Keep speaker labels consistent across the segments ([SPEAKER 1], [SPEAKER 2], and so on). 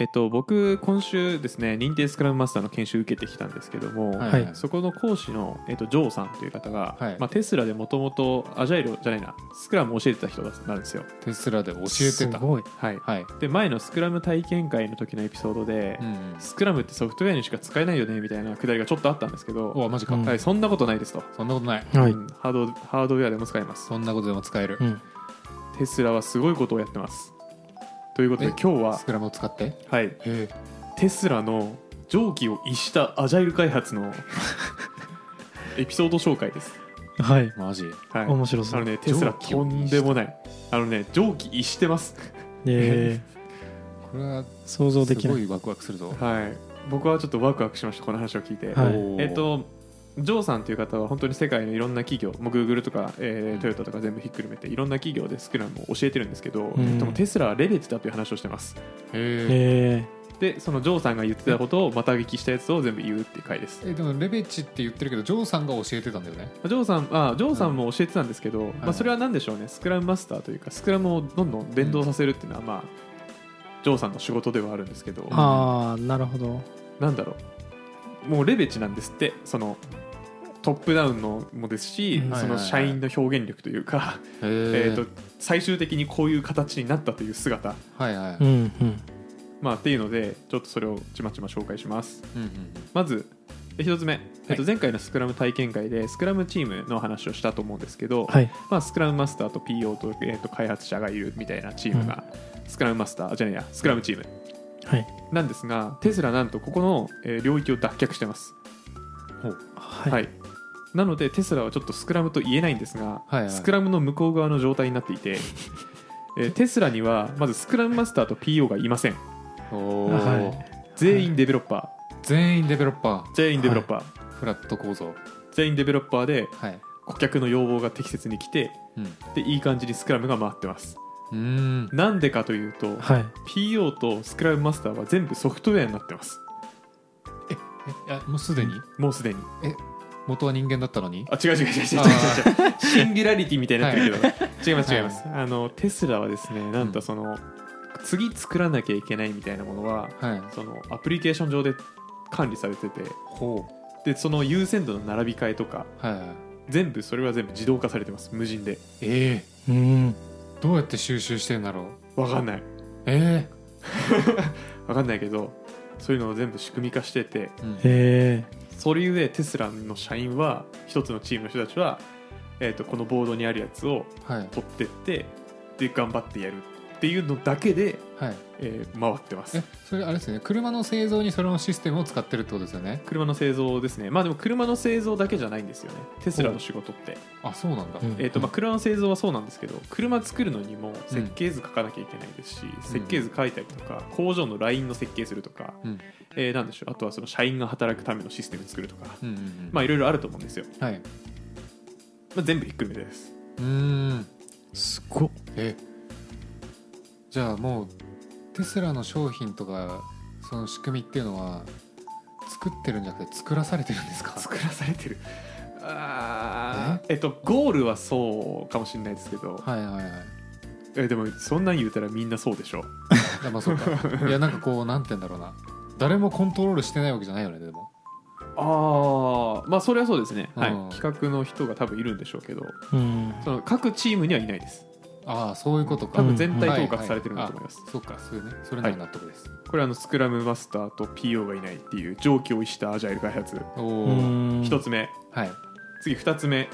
[SPEAKER 1] えっと、僕今週ですね認定スクラムマスターの研修受けてきたんですけども、
[SPEAKER 2] はい
[SPEAKER 3] はい
[SPEAKER 1] そこの講師の、えっと、ジョーさんという方が、
[SPEAKER 2] はい
[SPEAKER 1] まあ、テスラでもともとアジャイルじゃないなスクラムを教えてた人なんですよ、
[SPEAKER 2] テスラで教えてた
[SPEAKER 3] すごい
[SPEAKER 1] はい、
[SPEAKER 2] はい、
[SPEAKER 1] で前のスクラム体験会の時のエピソードで、
[SPEAKER 2] うん、
[SPEAKER 1] スクラムってソフトウェアにしか使えないよねみたいなくだりがちょっとあったんですけ
[SPEAKER 2] お
[SPEAKER 1] ど、
[SPEAKER 2] わマジか、
[SPEAKER 3] うん
[SPEAKER 1] はい、そんなことないですと、
[SPEAKER 2] そんなことない
[SPEAKER 3] は
[SPEAKER 1] う
[SPEAKER 3] い
[SPEAKER 1] んハードハードウェアでも使えます
[SPEAKER 2] そんなことでも使える、
[SPEAKER 3] うん
[SPEAKER 1] テスラはすごいことをやってますということで
[SPEAKER 2] え
[SPEAKER 1] 今日は
[SPEAKER 2] ス、クラムを使って
[SPEAKER 1] はい、
[SPEAKER 2] へ
[SPEAKER 1] テスラの蒸気を逸したアジャイル開発 のエピソード紹介です、
[SPEAKER 3] はい
[SPEAKER 2] マジ
[SPEAKER 1] はい、
[SPEAKER 3] 面白
[SPEAKER 1] あ
[SPEAKER 3] そ
[SPEAKER 1] の
[SPEAKER 3] う
[SPEAKER 1] ねテスラ
[SPEAKER 2] 蒸気を
[SPEAKER 1] と
[SPEAKER 2] 逸した
[SPEAKER 1] んでもないあのね蒸気逸してます
[SPEAKER 3] えー
[SPEAKER 2] これ は
[SPEAKER 3] 想像ですきな
[SPEAKER 2] ご
[SPEAKER 3] い
[SPEAKER 2] いワクワクするぞ、
[SPEAKER 1] はい僕はちょっとワクワクしましたこの話を聞いて、
[SPEAKER 3] はい
[SPEAKER 2] おー
[SPEAKER 1] えっとジョーさんという方は本当に世界のいろんな企業もう Google とか、えートヨタとか全部ひっくるめていろんな企業でスクラムを教えてるんですけど、
[SPEAKER 3] ん
[SPEAKER 1] でもテスラはレベチだという話をしてます
[SPEAKER 2] へえ
[SPEAKER 3] え
[SPEAKER 1] でそのジョーさんが言ってたことをまた聞きしたやつを全部言うっていう回です
[SPEAKER 2] えでもレベチって言ってるけどジョーさんが教えてたんだよね
[SPEAKER 1] ジョーさんあジョーさんも教えてたんですけど、まあ、それは何でしょうねスクラムマスターというかスクラムをどんどん連動させるっていうのは、まあ、ジョーさんの仕事ではあるんですけど
[SPEAKER 3] ー、ああなるほど
[SPEAKER 1] なんだろうもうレベチなんですってそのトップダウンのもですし、
[SPEAKER 3] うん
[SPEAKER 1] その社員の表現力というか、え
[SPEAKER 2] へ
[SPEAKER 1] ー、と最終的にこういう形になったという姿、
[SPEAKER 2] はいはい、
[SPEAKER 3] う
[SPEAKER 2] うん
[SPEAKER 3] んうん
[SPEAKER 1] まあ、っていうのでちょっとそれをちまちま紹介します。
[SPEAKER 2] うん
[SPEAKER 1] まずえ一つ目、えっと、前回のスクラム体験会でスクラムチームの話をしたと思うんですけど、
[SPEAKER 3] はい
[SPEAKER 1] まあ、スクラムマスターと PO と,、えーと開発者がいるみたいなチームが、スクラムマスターじゃないやスクラムチーム
[SPEAKER 3] はい
[SPEAKER 1] なんですがテスラなんとここの、えー領域を脱却してます、はい
[SPEAKER 3] はい
[SPEAKER 1] なのでテスラはちょっとスクラムと言えないんですが、
[SPEAKER 2] はいはい
[SPEAKER 1] スクラムの向こう側の状態になっていて、 えーテスラにはまずスクラムマスターと PO がいません
[SPEAKER 2] うんおー
[SPEAKER 3] は
[SPEAKER 1] 全員デベロッパー、
[SPEAKER 2] 全員デベロッパ
[SPEAKER 1] 全員デベロッパー、
[SPEAKER 2] ーフラット構造
[SPEAKER 1] 全員デベロッパーで
[SPEAKER 2] はい
[SPEAKER 1] 顧客の要望が適切に来て
[SPEAKER 2] うん
[SPEAKER 1] でいい感じにスクラムが回ってます
[SPEAKER 2] うーん
[SPEAKER 1] なんでかというと、
[SPEAKER 3] はい
[SPEAKER 1] PO とスクラムマスターは全部ソフトウェアになってます
[SPEAKER 2] えいやもうすでに
[SPEAKER 1] もうすでに
[SPEAKER 2] 元は人間だったのに
[SPEAKER 1] あ違う違う違う違う違う違うシンギュラリティみたいになってるけど、違います違います、あのテスラはですねなんとその、次作らなきゃいけないみたいなものは
[SPEAKER 2] はい
[SPEAKER 1] そのアプリケーション上で管理されてて
[SPEAKER 2] ほ
[SPEAKER 1] でその優先度の並び替えとか
[SPEAKER 2] うはいはい
[SPEAKER 1] 全部それは全部自動化されてます無人で
[SPEAKER 2] え
[SPEAKER 3] うん
[SPEAKER 2] ー、どうやって収集してんだろう
[SPEAKER 1] わかんない
[SPEAKER 2] え
[SPEAKER 1] わかんないけどそういうのを全部仕組み化してて
[SPEAKER 2] ー、うん
[SPEAKER 3] え
[SPEAKER 1] そういう上テスラの社員は一つのチームの人たちは、えー、とこのボードにあるやつを
[SPEAKER 2] はい
[SPEAKER 1] 取ってってで頑張ってやるっていうのだけで、
[SPEAKER 2] はい
[SPEAKER 1] えー回ってます
[SPEAKER 2] えそれあれですよね車の製造にそれのシステムを使ってるってことですよね
[SPEAKER 1] 車の製造ですねまあでも車の製造だけじゃないんですよねテスラの仕事って、
[SPEAKER 2] あそうなんだ、
[SPEAKER 3] うん
[SPEAKER 1] えーとまあ、車の製造はそうなんですけど車作るのにも設計図書かなきゃいけないですし、設計図書いたりとか工場のラインの設計するとか、
[SPEAKER 2] うん
[SPEAKER 1] えーなんでしょうあとはその社員が働くためのシステム作るとか、
[SPEAKER 2] うんうんうん
[SPEAKER 1] まあいろいろあると思うんですよ、
[SPEAKER 2] はい、う
[SPEAKER 1] まあ、全部ひっくるめてです
[SPEAKER 2] ーん
[SPEAKER 3] すごっ
[SPEAKER 2] えじゃあもうテスラの商品とかその仕組みっていうのは作ってるんじゃなくて作らされてるんですか
[SPEAKER 1] 作らされてるあーえっとゴールはそうかもしれないですけど、
[SPEAKER 2] はいはいはい
[SPEAKER 1] えでもそんなん言うたらみんなそうでしょ
[SPEAKER 2] いやまあそ うかいやなんかこうなんて言うんだろうな誰もコントロールしてないわけじゃないよねでも
[SPEAKER 1] ああまあそれはそうですね、は
[SPEAKER 2] う
[SPEAKER 1] い、
[SPEAKER 2] ん
[SPEAKER 1] 企画の人が多分いるんでしょうけど
[SPEAKER 3] うん
[SPEAKER 1] その各チームにはいないです
[SPEAKER 2] ああそういうことか
[SPEAKER 1] 多分全体
[SPEAKER 2] はい
[SPEAKER 1] 統括されてるんだと思います、
[SPEAKER 2] はあそうかそれねそれなら納得です、
[SPEAKER 1] これはあのスクラムマスターと PO がいないっていう常軌を逸したアジャイル開発
[SPEAKER 2] お
[SPEAKER 3] う
[SPEAKER 2] おー
[SPEAKER 3] ん
[SPEAKER 1] 一つ目
[SPEAKER 2] はい
[SPEAKER 1] 次二つ目、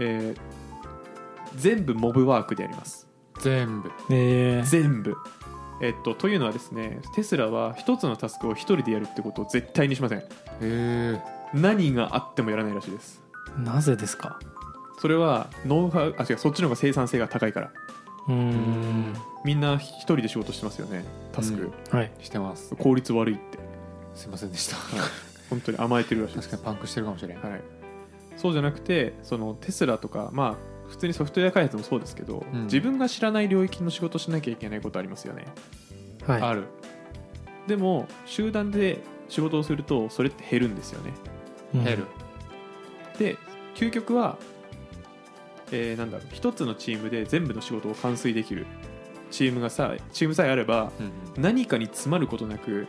[SPEAKER 1] えー全部モブワークでやります
[SPEAKER 2] 全部
[SPEAKER 3] えー
[SPEAKER 1] 全部えっと、というのはですねテスラは一つのタスクを一人でやるってことを絶対にしません
[SPEAKER 2] へえ
[SPEAKER 1] 何があってもやらないらしいです
[SPEAKER 3] なぜですか
[SPEAKER 1] それはノウハウあ違うそっちの方が生産性が高いから
[SPEAKER 3] うー
[SPEAKER 2] ん
[SPEAKER 3] ん
[SPEAKER 1] みんな一人で仕事してますよねタスク、
[SPEAKER 3] はい
[SPEAKER 2] してます
[SPEAKER 1] 効率悪いって
[SPEAKER 2] すいませんでした
[SPEAKER 1] 本当に甘えてるらしいで
[SPEAKER 2] 確
[SPEAKER 1] す
[SPEAKER 2] かにパンクしてるかもしれん、
[SPEAKER 1] はい、そうじゃなくてそのテスラとか、まあ、普通にソフトウェア開発もそうですけど、
[SPEAKER 2] うん
[SPEAKER 1] 自分が知らない領域の仕事しなきゃいけないことありますよね
[SPEAKER 3] は
[SPEAKER 2] ある
[SPEAKER 1] でも集団で仕事をするとそれって減るんですよね
[SPEAKER 3] いうん
[SPEAKER 2] 減る
[SPEAKER 1] で究極は、えーなんだろう一つのチームで全部の仕事を完遂できるチームがさチームさえあれば
[SPEAKER 2] うん
[SPEAKER 1] 何かに詰まることなく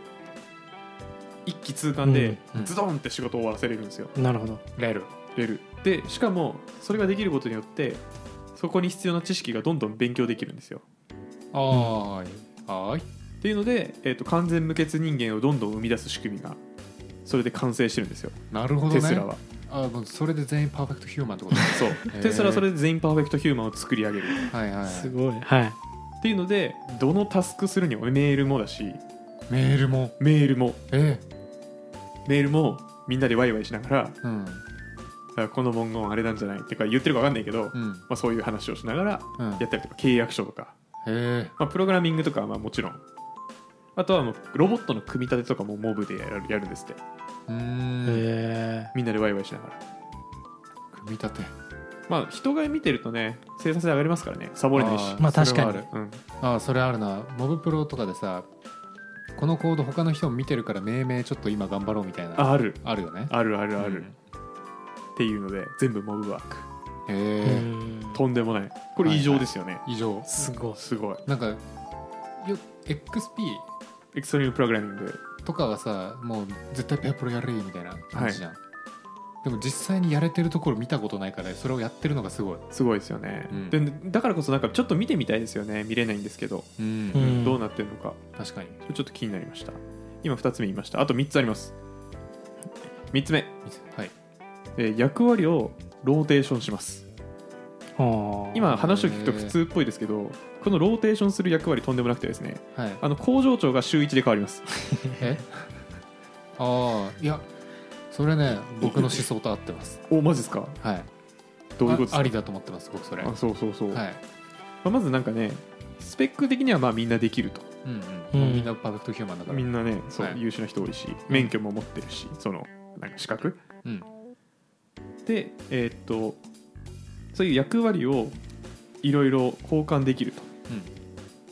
[SPEAKER 1] 一気通貫で
[SPEAKER 2] うんうん
[SPEAKER 1] ズドンって仕事を終わらせれるんですよ、
[SPEAKER 3] なるほど。
[SPEAKER 2] レール
[SPEAKER 1] レルでしかもそれができることによってそこに必要な知識がどんどん勉強できるんですよ
[SPEAKER 2] はーいはーい
[SPEAKER 1] っていうので、えー、と完全無欠人間をどんどん生み出す仕組みがそれで完成してるんですよ、
[SPEAKER 2] なるほど
[SPEAKER 1] テ
[SPEAKER 2] ね
[SPEAKER 1] スラは
[SPEAKER 2] あもうそれで全員パーフェクトヒューマンってこと
[SPEAKER 1] そう、
[SPEAKER 2] ー
[SPEAKER 1] テスラはそれで全員パーフェクトヒューマンを作り上げる
[SPEAKER 2] はいはい、はい、
[SPEAKER 3] すごい。はい。
[SPEAKER 1] っていうのでどのタスクするにもメールもだし
[SPEAKER 2] メールも
[SPEAKER 1] メールも
[SPEAKER 2] え
[SPEAKER 1] メールもみんなでワイワイしながら
[SPEAKER 2] うん
[SPEAKER 1] あこの文言あれなんじゃないってか言ってるか分かんないけど、
[SPEAKER 2] う
[SPEAKER 1] ま
[SPEAKER 2] ん
[SPEAKER 1] あ、そういう話をしながら
[SPEAKER 2] うん
[SPEAKER 1] やったりとか契約書とか、
[SPEAKER 2] え
[SPEAKER 1] まあ、プログラミングとかはまあもちろんあとはもうロボットの組み立てとかもモブでやるやるんですって
[SPEAKER 2] うーん
[SPEAKER 3] え
[SPEAKER 1] みんなでワイワイしながら
[SPEAKER 2] 組み立て
[SPEAKER 1] まあ人が見てるとね生産性上がりますからねサボれないし
[SPEAKER 2] あー
[SPEAKER 3] まあ
[SPEAKER 2] それはある
[SPEAKER 1] うん、
[SPEAKER 2] ああそれあるなモブプロとかでさこのコード他の人も見てるから命名ちょっと今頑張ろうみたいな
[SPEAKER 1] ある
[SPEAKER 2] あるよね
[SPEAKER 1] あるあるある、
[SPEAKER 2] う
[SPEAKER 1] っ
[SPEAKER 2] ん
[SPEAKER 1] ていうので全部モブワーク
[SPEAKER 2] へ
[SPEAKER 3] え
[SPEAKER 2] え
[SPEAKER 1] とんでもないこれ異常ですよね、
[SPEAKER 2] 以上
[SPEAKER 3] すごい。
[SPEAKER 1] すごい
[SPEAKER 2] なんかよ XP
[SPEAKER 1] エクストリームプログラミング
[SPEAKER 2] とかはさもう絶対ペアプロやれみたいな感じじゃん、でも実際にやれてるところ見たことないからそれをやってるのがすごい、
[SPEAKER 1] すごいですよね、
[SPEAKER 2] うん
[SPEAKER 1] でだからこそなんかちょっと見てみたいですよね見れないんですけど、
[SPEAKER 2] うん
[SPEAKER 3] うん
[SPEAKER 1] どうなってるのか
[SPEAKER 2] 確かに
[SPEAKER 1] ちょっと気になりました今2つ目言いましたあと3つあります3つ目、
[SPEAKER 2] はい
[SPEAKER 1] えー役割をローテーションします
[SPEAKER 3] あー
[SPEAKER 1] 今話を聞くと普通っぽいですけどこのローテーションする役割とんでもなくてですね
[SPEAKER 2] はい
[SPEAKER 1] あの工場長が週1で変わります
[SPEAKER 2] え ああいやそれね僕の思想と合ってます
[SPEAKER 1] おマジですか
[SPEAKER 2] はい
[SPEAKER 1] どういうことですか
[SPEAKER 2] あありだと思ってます僕それは
[SPEAKER 1] あそうそうそう、ま
[SPEAKER 2] い
[SPEAKER 1] あ、まずなんかねスペック的にはまあみんなできると
[SPEAKER 2] うん
[SPEAKER 3] う
[SPEAKER 2] うんん、もうみんなパーフェクトヒューマンだから
[SPEAKER 1] みんなねそう、
[SPEAKER 2] はい
[SPEAKER 1] 優秀な人多いし免許も持ってるしそのなんか資格
[SPEAKER 2] うん
[SPEAKER 1] でえーっとそういう役割をいろいろ交換できると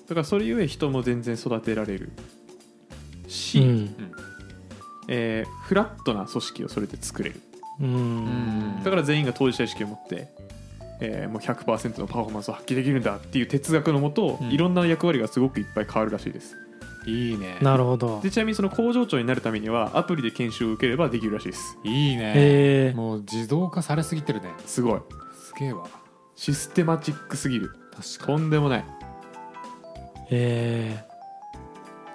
[SPEAKER 1] だからそれゆえ人も全然育てられるし、
[SPEAKER 3] うん。
[SPEAKER 1] えーフラットな組織をそれで作れる
[SPEAKER 3] う
[SPEAKER 2] うん
[SPEAKER 3] ん。
[SPEAKER 1] だから全員が当事者意識を持って、えーもう100%のパフォーマンスを発揮できるんだっていう哲学のもと、
[SPEAKER 2] うん
[SPEAKER 1] いろんな役割がすごくいっぱい変わるらしいです
[SPEAKER 2] うんいいね
[SPEAKER 3] なるほど
[SPEAKER 1] で。ちなみにその工場長になるためにはアプリで研修を受ければできるらしいです
[SPEAKER 2] いいね、
[SPEAKER 3] え
[SPEAKER 2] もう自動化されすぎてるね
[SPEAKER 1] すごい
[SPEAKER 2] すげえわ
[SPEAKER 1] システマチックすぎる
[SPEAKER 2] 確か
[SPEAKER 1] とんでもない
[SPEAKER 3] ーえ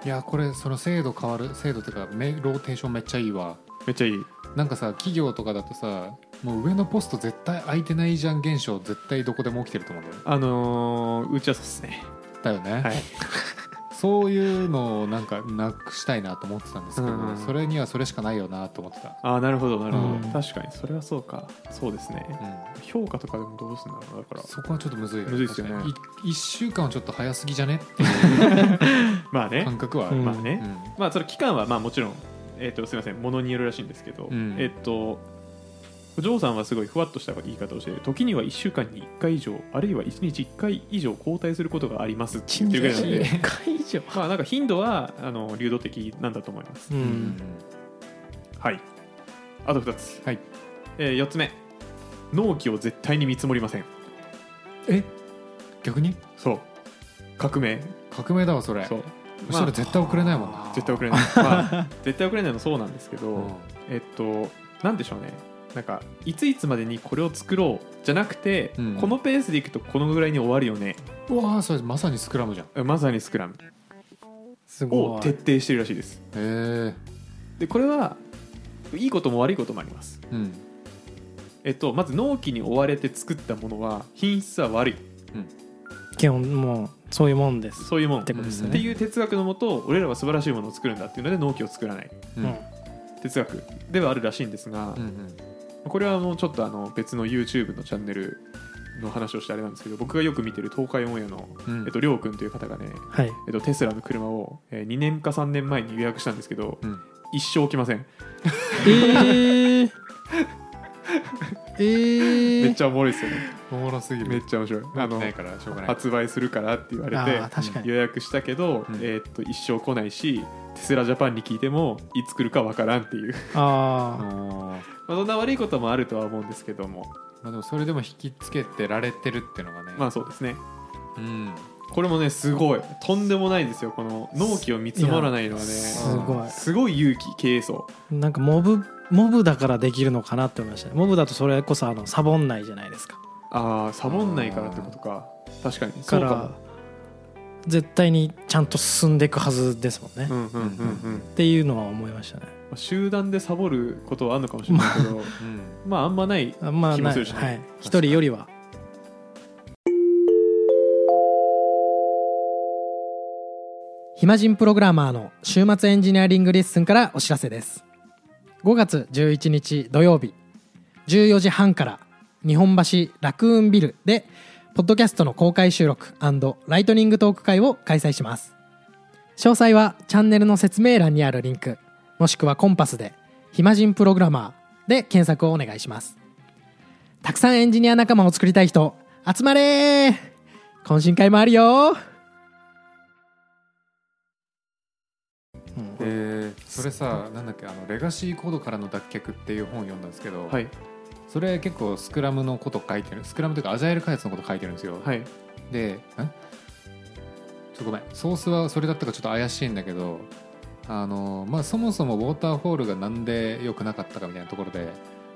[SPEAKER 2] いやこれその制度変わる制度っていうかめローテーションめっちゃいいわ
[SPEAKER 1] めっちゃいい
[SPEAKER 2] なんかさ企業とかだとさもう上のポスト絶対空いてないじゃん現象絶対どこでも起きてると思うんだよ
[SPEAKER 1] あのーうちはそうっすね
[SPEAKER 2] だよね、
[SPEAKER 1] はい
[SPEAKER 2] そういうのをなんかなくしたいなと思ってたんですけど、
[SPEAKER 1] うんうん
[SPEAKER 2] それにはそれしかないよなと思ってた、
[SPEAKER 1] ああなるほどなるほど、
[SPEAKER 3] うん
[SPEAKER 1] 確かにそれはそうかそうですね
[SPEAKER 2] うん、
[SPEAKER 1] 評価とかでもどうすんだろうだから
[SPEAKER 2] そこはちょっとむずいよ
[SPEAKER 1] むずいっすよね
[SPEAKER 2] 確かにい一週間はちょっと早すぎじゃねって
[SPEAKER 1] まあね
[SPEAKER 2] 感覚はある、
[SPEAKER 3] うん
[SPEAKER 1] まあね、
[SPEAKER 2] うん
[SPEAKER 1] まあその期間はまあもちろんえっ、とすみませんものによるらしいんですけど、
[SPEAKER 2] うん
[SPEAKER 1] えっ、とお嬢さんはすごいふわっとした言い方をして時には1週間に1回以上あるいは1日1回以上交代することがありますって言ってるぐらいなんで
[SPEAKER 3] 1回以上。
[SPEAKER 1] まあなんか頻度はあの流動的なんだと思います、
[SPEAKER 3] う
[SPEAKER 2] うん
[SPEAKER 3] ん。
[SPEAKER 1] はいあと2つ、
[SPEAKER 2] はい
[SPEAKER 1] え4つ目納期を絶対に見積もりません
[SPEAKER 2] え逆に
[SPEAKER 1] そう革命
[SPEAKER 2] 革命だわそれ
[SPEAKER 1] そ
[SPEAKER 2] そうしたら絶対遅れないもんな、
[SPEAKER 3] まあ
[SPEAKER 1] 絶対遅れない、まあ、絶対遅れないのそうなんですけど、
[SPEAKER 2] うん
[SPEAKER 1] えっとなんでしょうねなんかいついつまでにこれを作ろうじゃなくて、
[SPEAKER 2] うん
[SPEAKER 1] このペースでいくとこのぐらいに終わるよね
[SPEAKER 2] うわーそれまさにスクラムじゃんへ
[SPEAKER 1] まさにスクラム
[SPEAKER 3] すご
[SPEAKER 1] を
[SPEAKER 3] い。
[SPEAKER 1] 徹底してるらしいです
[SPEAKER 2] え
[SPEAKER 1] でこれはいいことも悪いこともあります
[SPEAKER 2] うん
[SPEAKER 1] えっとまず納期に追われて作ったものは品質は悪い
[SPEAKER 3] 基本もうそういうもんです。
[SPEAKER 1] そういうもんっ
[SPEAKER 3] って
[SPEAKER 1] て
[SPEAKER 3] ことです
[SPEAKER 2] うん
[SPEAKER 3] ね。
[SPEAKER 1] いう哲学のもと俺らは素晴らしいものを作るんだっていうので納期を作らない
[SPEAKER 2] うん
[SPEAKER 1] 哲学ではあるらしいんですが、
[SPEAKER 2] うん
[SPEAKER 1] これはもうちょっとあの別の YouTube のチャンネルの話をしてあれなんですけど僕がよく見てる東海オンエアの、
[SPEAKER 2] うんうん
[SPEAKER 1] えっと、りょうくんという方がね
[SPEAKER 3] はい。
[SPEAKER 1] えっと、テスラの車を、えー2年か3年前に予約したんですけど
[SPEAKER 2] うん
[SPEAKER 1] 一生来ません
[SPEAKER 3] ええ。え
[SPEAKER 1] めっ
[SPEAKER 3] え。
[SPEAKER 1] ちゃおもろいですよね
[SPEAKER 2] おもろすぎ
[SPEAKER 1] め
[SPEAKER 2] る
[SPEAKER 1] っちゃ面白いあ
[SPEAKER 2] あの
[SPEAKER 1] の
[SPEAKER 2] ないからしょうがない
[SPEAKER 1] 発売するからって言わ
[SPEAKER 3] ああ
[SPEAKER 1] れ
[SPEAKER 3] 確
[SPEAKER 1] て
[SPEAKER 3] かに。
[SPEAKER 1] 予約したけど、
[SPEAKER 2] うん
[SPEAKER 1] えーっと一生来ないしテスラジャパンに聞いてもいつ来るかわからんっていう
[SPEAKER 2] あ
[SPEAKER 3] あ
[SPEAKER 2] のー
[SPEAKER 1] まあそんな悪いこともあるとは思うんですけども
[SPEAKER 2] まあでもそれでも引きつけてられてるっていうのがね
[SPEAKER 1] まあそうですね
[SPEAKER 2] うん
[SPEAKER 3] あ
[SPEAKER 1] これもねすごいとんでもないですよこの納期を見積もらないのはね
[SPEAKER 3] す
[SPEAKER 2] うん
[SPEAKER 3] ごい
[SPEAKER 1] すごい勇気経営層
[SPEAKER 3] なんかモブモブだからできるのかなって思いましたねモブだとそれこそあのサボんないじゃないですか
[SPEAKER 1] ああサボんないからってことか確かに
[SPEAKER 3] か
[SPEAKER 1] そう
[SPEAKER 3] ら
[SPEAKER 1] か
[SPEAKER 3] 絶対にちゃんと進んでいくはずですもんね、
[SPEAKER 1] も
[SPEAKER 3] っ
[SPEAKER 1] うんうんうんうん
[SPEAKER 3] ていうのは思いましたね
[SPEAKER 1] まあ集団でサボることはあるのかもしれないけど
[SPEAKER 2] うん
[SPEAKER 1] まああんまない
[SPEAKER 3] あんまあ
[SPEAKER 1] 気
[SPEAKER 3] な
[SPEAKER 1] も
[SPEAKER 3] い
[SPEAKER 1] す
[SPEAKER 3] はい
[SPEAKER 1] るしね
[SPEAKER 3] 一、人よりは
[SPEAKER 4] 暇人プログラマーの週末エンジニアリングレッスンからお知らせです5月11日土曜日14時半から日本橋ラクーンビルでポッドキャストの公開収録ライトニングトーク会を開催します詳細はチャンネルの説明欄にあるリンクもしくはコンパスで「暇人プログラマー」で検索をお願いしますたくさんエンジニア仲間を作りたい人集まれー懇親会もあるよ
[SPEAKER 3] うん
[SPEAKER 2] えーそれさなんだっけあの「レガシーコードからの脱却」っていう本を読んだんですけど、
[SPEAKER 1] はい
[SPEAKER 2] それ結構スクラムのこと書いてるスクラムというかアジャイル開発のこと書いてるんですよ、
[SPEAKER 1] はい
[SPEAKER 2] でんちょっとごめんソースはそれだったかちょっと怪しいんだけどあの、まあ、そもそもウォーターホールがなんで良くなかったかみたいなところで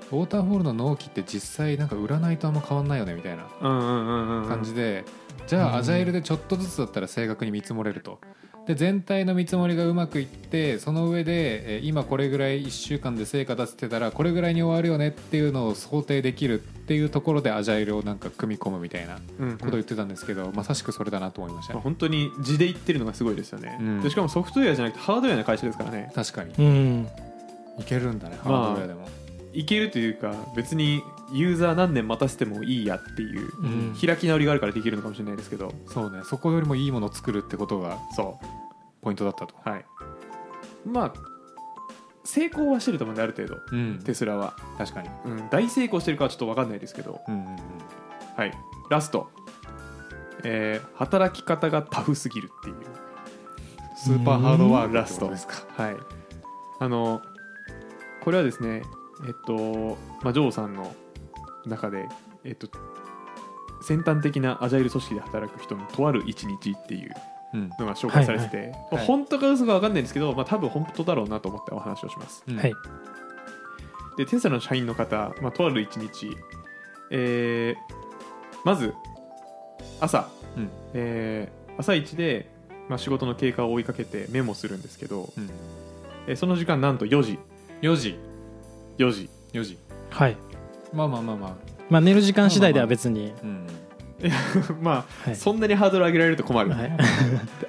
[SPEAKER 2] ウォーターホールの納期って実際なんか売らないとあんま変わんないよねみたいな
[SPEAKER 1] うんうんうんうん
[SPEAKER 2] 感じで、じゃあアジャイルでちょっとずつだったら正確に見積もれるとで全体の見積もりがうまくいってその上でえー今これぐらい1週間で成果出せてたらこれぐらいに終わるよねっていうのを想定できるっていうところでアジャイルをなんか組み込むみたいな
[SPEAKER 1] うんうん
[SPEAKER 2] ことを言ってたんですけど、まさしくそれだなと思いました、
[SPEAKER 1] まあ本当に地で言ってるのがすごいですよね、
[SPEAKER 2] うん
[SPEAKER 1] でしかもソフトウェアじゃなくてハードウェアの会社ですからね
[SPEAKER 2] 確かに
[SPEAKER 3] うん、
[SPEAKER 2] いけるんだねハ
[SPEAKER 1] まあ
[SPEAKER 2] ードウェアでも、
[SPEAKER 1] いけるというか別にユーザー何年待たせてもいいやっていう
[SPEAKER 3] うん
[SPEAKER 1] 開き直りがあるからできるのかもしれないですけど
[SPEAKER 2] そうねそこよりもいいものを作るってことが
[SPEAKER 1] そ
[SPEAKER 2] ポイントだったと、
[SPEAKER 1] うはいまあ成功はしてると思うんである程度
[SPEAKER 2] うん
[SPEAKER 1] テスラは、
[SPEAKER 2] 確かに、
[SPEAKER 1] うん、大成功してるかはちょっと分かんないですけど
[SPEAKER 2] うんうんうん、
[SPEAKER 1] はいラスト、えー働き方がタフすぎるっていうスーパーハードワールラスト
[SPEAKER 2] うんってこ
[SPEAKER 1] はいあのこれはですねえっと、まあ、ジョーさんの中でえっと先端的なアジャイル組織で働く人のとある一日っていう
[SPEAKER 2] うん
[SPEAKER 1] のが紹介されてて、まあ
[SPEAKER 2] はい
[SPEAKER 1] 本当か嘘か分かんないんですけど、まあ、多分本当だろうなと思ってお話をします
[SPEAKER 2] うん
[SPEAKER 3] はい、
[SPEAKER 1] でテスラの社員の方、まあ、とある一日、えーまず朝、
[SPEAKER 2] うん
[SPEAKER 1] えー朝一で、まあ、仕事の経過を追いかけてメモするんですけど、
[SPEAKER 2] うん、
[SPEAKER 1] えーその時間なんと4時
[SPEAKER 2] 4時
[SPEAKER 1] 4時
[SPEAKER 2] 4時
[SPEAKER 3] はい
[SPEAKER 2] まあまあまあま
[SPEAKER 3] まあ寝る時間次第では別に、
[SPEAKER 2] あ、うん、
[SPEAKER 1] まあ、
[SPEAKER 3] はい
[SPEAKER 1] そんなにハードル上げられると困る、
[SPEAKER 3] はい、
[SPEAKER 1] で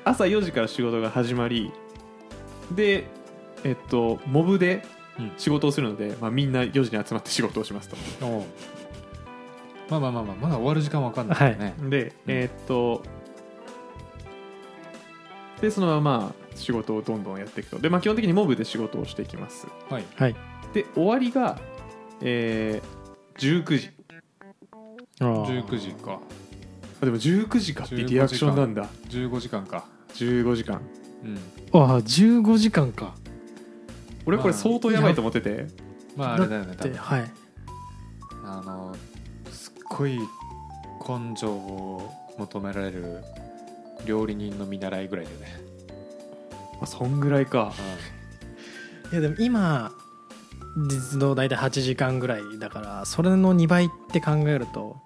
[SPEAKER 1] 朝4時から仕事が始まりでえっとモブで
[SPEAKER 2] うん
[SPEAKER 1] 仕事をするので、まあ、みんな4時に集まって仕事をしますと
[SPEAKER 2] おうまあまあまあまあまだ終わる時間わかんないからね、
[SPEAKER 1] で、
[SPEAKER 2] うん
[SPEAKER 1] えーっとでそのまま仕事をどんどんやっていくとで、まあ、基本的にモブで仕事をしていきます
[SPEAKER 2] はい
[SPEAKER 3] はい、
[SPEAKER 1] で終わりが、えー19時
[SPEAKER 3] あー
[SPEAKER 2] 19時か
[SPEAKER 1] あでも19時かってリアクションなんだ
[SPEAKER 2] 15時間か
[SPEAKER 1] 15時間
[SPEAKER 2] うん
[SPEAKER 3] ああ15時間か
[SPEAKER 1] 俺これ相当やばいと思ってて、
[SPEAKER 2] まああれだよね多
[SPEAKER 3] で
[SPEAKER 2] 分
[SPEAKER 3] はい
[SPEAKER 2] あのすっごい根性を求められる料理人の見習いぐらいだよね、
[SPEAKER 1] まあ、そんぐらいか
[SPEAKER 3] いやでも今実働大体8時間ぐらいだからそれの2倍って考えると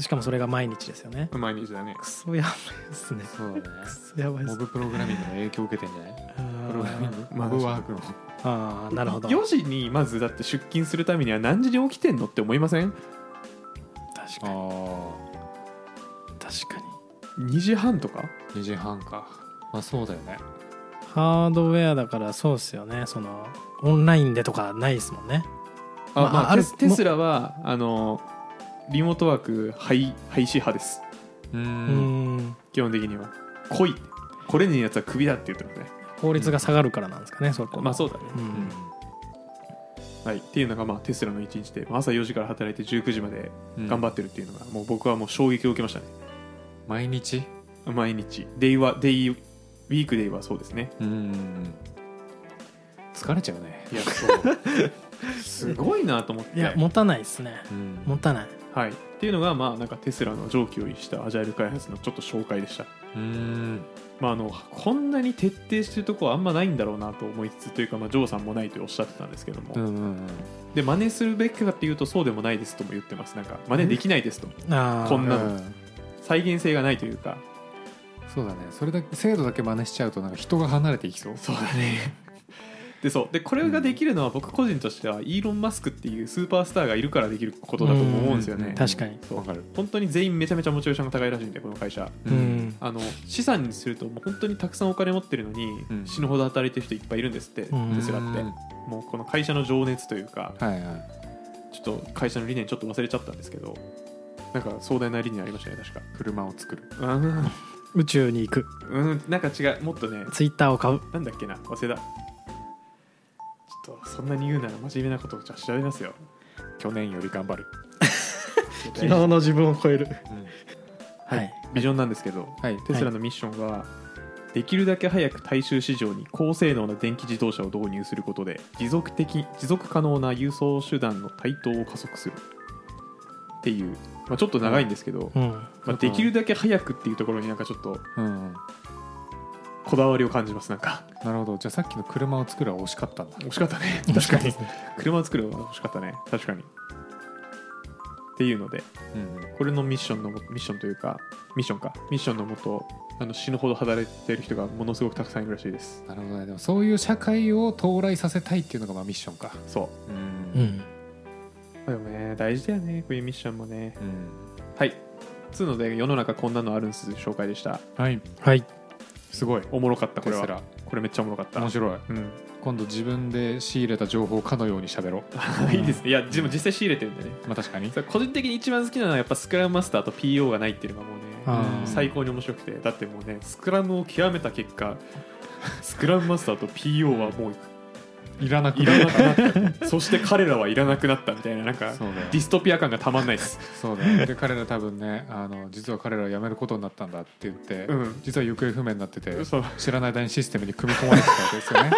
[SPEAKER 3] しかもそれが毎日ですよね
[SPEAKER 1] 毎日だね
[SPEAKER 3] クソやばいですね
[SPEAKER 2] そうだね
[SPEAKER 3] クソやばいで
[SPEAKER 2] モ
[SPEAKER 3] す
[SPEAKER 2] ブプログラミングの影響を受けてんじ ゃないプログラミング
[SPEAKER 1] まあ
[SPEAKER 2] モブワークの
[SPEAKER 3] あーなるほど
[SPEAKER 1] 4時にまずだって出勤するためには何時に起きてんのって思いません
[SPEAKER 3] 確かに
[SPEAKER 2] あ
[SPEAKER 3] 確かに
[SPEAKER 1] ?2 時半とか
[SPEAKER 2] あ2時半かまあそうだよね
[SPEAKER 3] ハードウェアだからそうっすよねそのオンラインでとかないですもんね
[SPEAKER 1] あ、
[SPEAKER 3] まあ
[SPEAKER 1] まあ、
[SPEAKER 3] ある
[SPEAKER 1] テステスラはあのリモートワーク廃廃止派です
[SPEAKER 2] う
[SPEAKER 3] うんん
[SPEAKER 1] 基本的には来い来れねえやつはクビだって言ってますね
[SPEAKER 3] 効率が下がるからなんですかねそこ
[SPEAKER 1] まあそうだね、
[SPEAKER 3] う
[SPEAKER 2] うん
[SPEAKER 3] ん
[SPEAKER 1] はい、っていうのが、まあ、テスラの一日でまあ朝4時から働いて19時まで
[SPEAKER 2] うん
[SPEAKER 1] 頑張ってるっていうのが、もう僕はもう衝撃を受けましたね
[SPEAKER 2] 毎日
[SPEAKER 1] 毎日デイはデイウィークデイはそうですね
[SPEAKER 2] うん疲れちゃうね
[SPEAKER 1] い やそうすごいなと思って
[SPEAKER 3] いや持たないですね
[SPEAKER 2] うん
[SPEAKER 3] 持たない
[SPEAKER 1] はいっていうのがまあなんかテスラの上記を逸したアジャイル開発のちょっと紹介でした、
[SPEAKER 2] うん
[SPEAKER 1] まあ、あのこんなに徹底してるとこはあんまないんだろうなと思いつつというか、まあ、ジョーさんもないとおっしゃってたんですけども、
[SPEAKER 2] うんうん
[SPEAKER 1] で真似するべきかっていうとそうでもないですとも言ってますなんか真似できないですと
[SPEAKER 3] あー
[SPEAKER 1] こんな
[SPEAKER 2] う
[SPEAKER 1] の
[SPEAKER 2] ん
[SPEAKER 1] 再現性がないというか
[SPEAKER 2] そうだねそれだけ精度だけ真似しちゃうとなんか人が離れていきそう
[SPEAKER 1] そうだねでそうでこれができるのは僕個人としてはイーロン・マスクっていうスーパースターがいるからできることだとも思うんですよね、
[SPEAKER 2] うん
[SPEAKER 3] 確かに
[SPEAKER 1] そう
[SPEAKER 2] わかる
[SPEAKER 1] 本当に全員めちゃめちゃモチベーションが高いらしいんでこの会社
[SPEAKER 3] うん、
[SPEAKER 1] あの資産にするともう本当にたくさんお金持ってるのに、
[SPEAKER 2] うん
[SPEAKER 1] 死ぬほど働いてる人いっぱいいるんですって、
[SPEAKER 3] うん
[SPEAKER 1] テスラっ
[SPEAKER 2] う
[SPEAKER 1] て
[SPEAKER 2] ん
[SPEAKER 1] もうこの会社の情熱というか
[SPEAKER 2] はいはい
[SPEAKER 1] ちょっと会社の理念ちょっと忘れちゃったんですけどなんか壮大な理念ありましたね確か
[SPEAKER 2] 車を作る
[SPEAKER 1] うん
[SPEAKER 3] 宇宙に行く
[SPEAKER 1] うんなんか違うもっとね
[SPEAKER 3] ツイッターを買う
[SPEAKER 1] なんだっけな忘れたちょっとそんなに言うなら真面目なことをじゃあ調べますよ
[SPEAKER 2] 去年より頑張る、
[SPEAKER 3] 昨日の自分を超える
[SPEAKER 1] はい
[SPEAKER 3] はい
[SPEAKER 1] ビジョンなんですけど
[SPEAKER 2] はい
[SPEAKER 1] テスラのミッションは、できるだけ早く大衆市場に高性能な電気自動車を導入することで持続的持続可能な輸送手段の台頭を加速するっていう、まあ、ちょっと長いんですけど、
[SPEAKER 3] うん
[SPEAKER 1] まあ、できるだけ早くっていうところになんかちょっと
[SPEAKER 2] うんうん
[SPEAKER 1] こだわりを感じますなんか
[SPEAKER 2] なるほどじゃあさっきの車を作るは惜しかったんだ
[SPEAKER 1] 惜しかった ね
[SPEAKER 3] 確
[SPEAKER 1] かに車を作るのは惜しかったね確かにっていうので
[SPEAKER 2] うんうん
[SPEAKER 1] これのミッションのもミッションというかミッションかミッションのもとあの死ぬほど働いてる人がものすごくたくさんいるらしいです
[SPEAKER 2] なるほどねでもそういう社会を到来させたいっていうのがまあミッションか
[SPEAKER 1] そう
[SPEAKER 2] う
[SPEAKER 3] うんん
[SPEAKER 1] でもね大事だよねこういうミッションもね
[SPEAKER 2] うん
[SPEAKER 1] はいつうので世の中こんなのあるんです紹介でした
[SPEAKER 2] はい
[SPEAKER 3] はい
[SPEAKER 2] すごい
[SPEAKER 1] おもろかったこれ
[SPEAKER 2] テス
[SPEAKER 1] は
[SPEAKER 2] ラ
[SPEAKER 1] これめっちゃおもろかった
[SPEAKER 2] 面白い
[SPEAKER 1] うん、
[SPEAKER 2] 今度自分で仕入れた情報をかのように喋ろう
[SPEAKER 1] いいですねいやでも実際仕入れてるんでね
[SPEAKER 2] まあ確かに
[SPEAKER 1] それ個人的に一番好きなのはやっぱスクラムマスターと PO がないっていうのがもうね
[SPEAKER 3] あー
[SPEAKER 1] 最高に面白くてだってもうねスクラムを極めた結果スクラムマスターと PO はもう
[SPEAKER 2] いらなく
[SPEAKER 1] いらなくなったそして彼らはいらなくなったみたいななん か
[SPEAKER 2] そうだよ
[SPEAKER 1] ディストピア感がたまんない です
[SPEAKER 2] そうだねで彼ら多分ねあの実は彼らは辞めることになったんだって言って、
[SPEAKER 1] うん
[SPEAKER 2] 実は行方不明になってて
[SPEAKER 1] そう
[SPEAKER 2] 知らない間にシステムに組み込まれてたわけで すよね、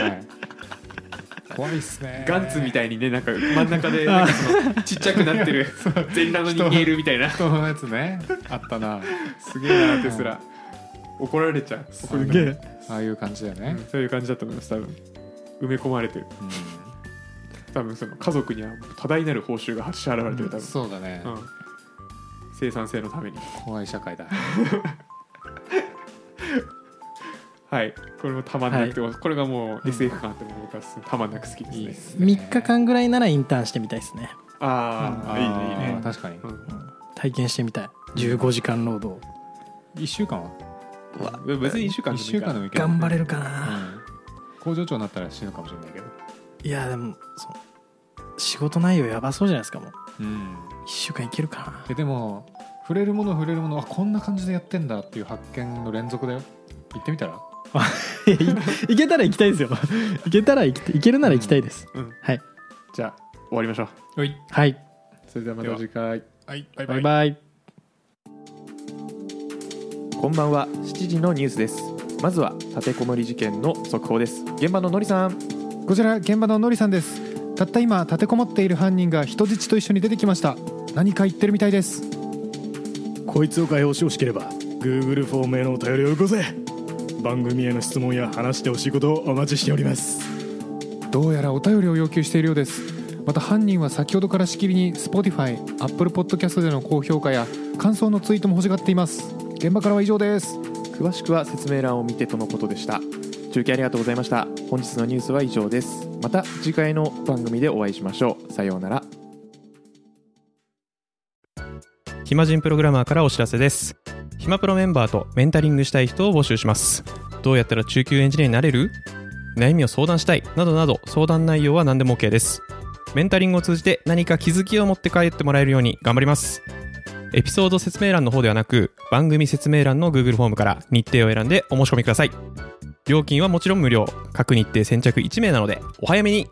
[SPEAKER 2] はい、怖いっすね
[SPEAKER 1] ガンツみ
[SPEAKER 2] い
[SPEAKER 1] たいにねなんか真ん中でなんかそのちっちゃくなって る全裸の人間いるみたいな
[SPEAKER 2] 人のやつねあったな
[SPEAKER 1] すげえなテスラ怒られちゃう
[SPEAKER 2] すげえああいう感じだよね、
[SPEAKER 1] そういう感じだと思います多分埋め込まれてる
[SPEAKER 2] うん
[SPEAKER 1] 多分その家族には多大なる報酬が支払われてる多分、
[SPEAKER 2] そうだね、
[SPEAKER 1] うん生産性のために
[SPEAKER 2] 怖い社会だ
[SPEAKER 1] はいこれもたまんなくて、これがもう SF 感あっても僕はたまんなく好きですね
[SPEAKER 2] いいっすね
[SPEAKER 3] 3日間ぐらいならインターンしてみたいですね
[SPEAKER 1] ああ、いいねいい
[SPEAKER 2] あー
[SPEAKER 1] ね、
[SPEAKER 2] 確かに、
[SPEAKER 1] うん
[SPEAKER 3] 体験してみたい15時間労働
[SPEAKER 2] 一週間は
[SPEAKER 1] でも別に1週間
[SPEAKER 2] 一
[SPEAKER 1] でもいいか
[SPEAKER 2] 週間
[SPEAKER 1] ら
[SPEAKER 2] でもいいけど
[SPEAKER 3] 頑張れるかな、
[SPEAKER 2] うん工場長になったら死ぬかもしれないけど
[SPEAKER 3] いやでもその仕事内容やばそうじゃないですかも
[SPEAKER 2] う
[SPEAKER 3] う
[SPEAKER 2] ん
[SPEAKER 3] 1週間いけ るか
[SPEAKER 2] えでも触れるもの触れるものあこんな感じでやってんだっていう発見の連続だよ行ってみたら
[SPEAKER 3] ないけたら行きたいですよいけたら行きたいいけるなら行きたいです、
[SPEAKER 1] うん
[SPEAKER 3] はい
[SPEAKER 1] じゃあ終わりましょう
[SPEAKER 2] はい
[SPEAKER 3] はい
[SPEAKER 1] それではま
[SPEAKER 2] で
[SPEAKER 1] た
[SPEAKER 2] は
[SPEAKER 1] 次回
[SPEAKER 2] はいバイ
[SPEAKER 3] バイバイ
[SPEAKER 1] こんばんは7時のニュースですまずは立てこもり事件の速報です現場ののりさん
[SPEAKER 2] こちら現場ののりさんですたった今立てこもっている犯人が人質と一緒に出てきました何か言ってるみたいです
[SPEAKER 5] こいつを解放してほしければ Google フォームへのお便りをよこせ番組への質問や話してほしいことをお待ちしております
[SPEAKER 2] どうやらお便りを要求しているようですまた犯人は先ほどからしきりに Spotify、Apple Podcast での高評価や感想のツイートも欲しがっています現場からは以上です
[SPEAKER 1] 詳しくは説明欄を見てとのことでした中継ありがとうございました本日のニュースは以上ですまた次回の番組でお会いしましょうさようなら
[SPEAKER 6] 暇人プログラマーからお知らせです暇プロメンバーとメンタリングしたい人を募集しますどうやったら中級エンジニアになれる悩みを相談したいなどなど相談内容は何でも OK ですメンタリングを通じて何か気づきを持って帰ってもらえるように頑張りますエピソード説明欄の方ではなく番組説明欄の Google フォームから日程を選んでお申し込みください料金はもちろん無料各日程先着1名なのでお早めに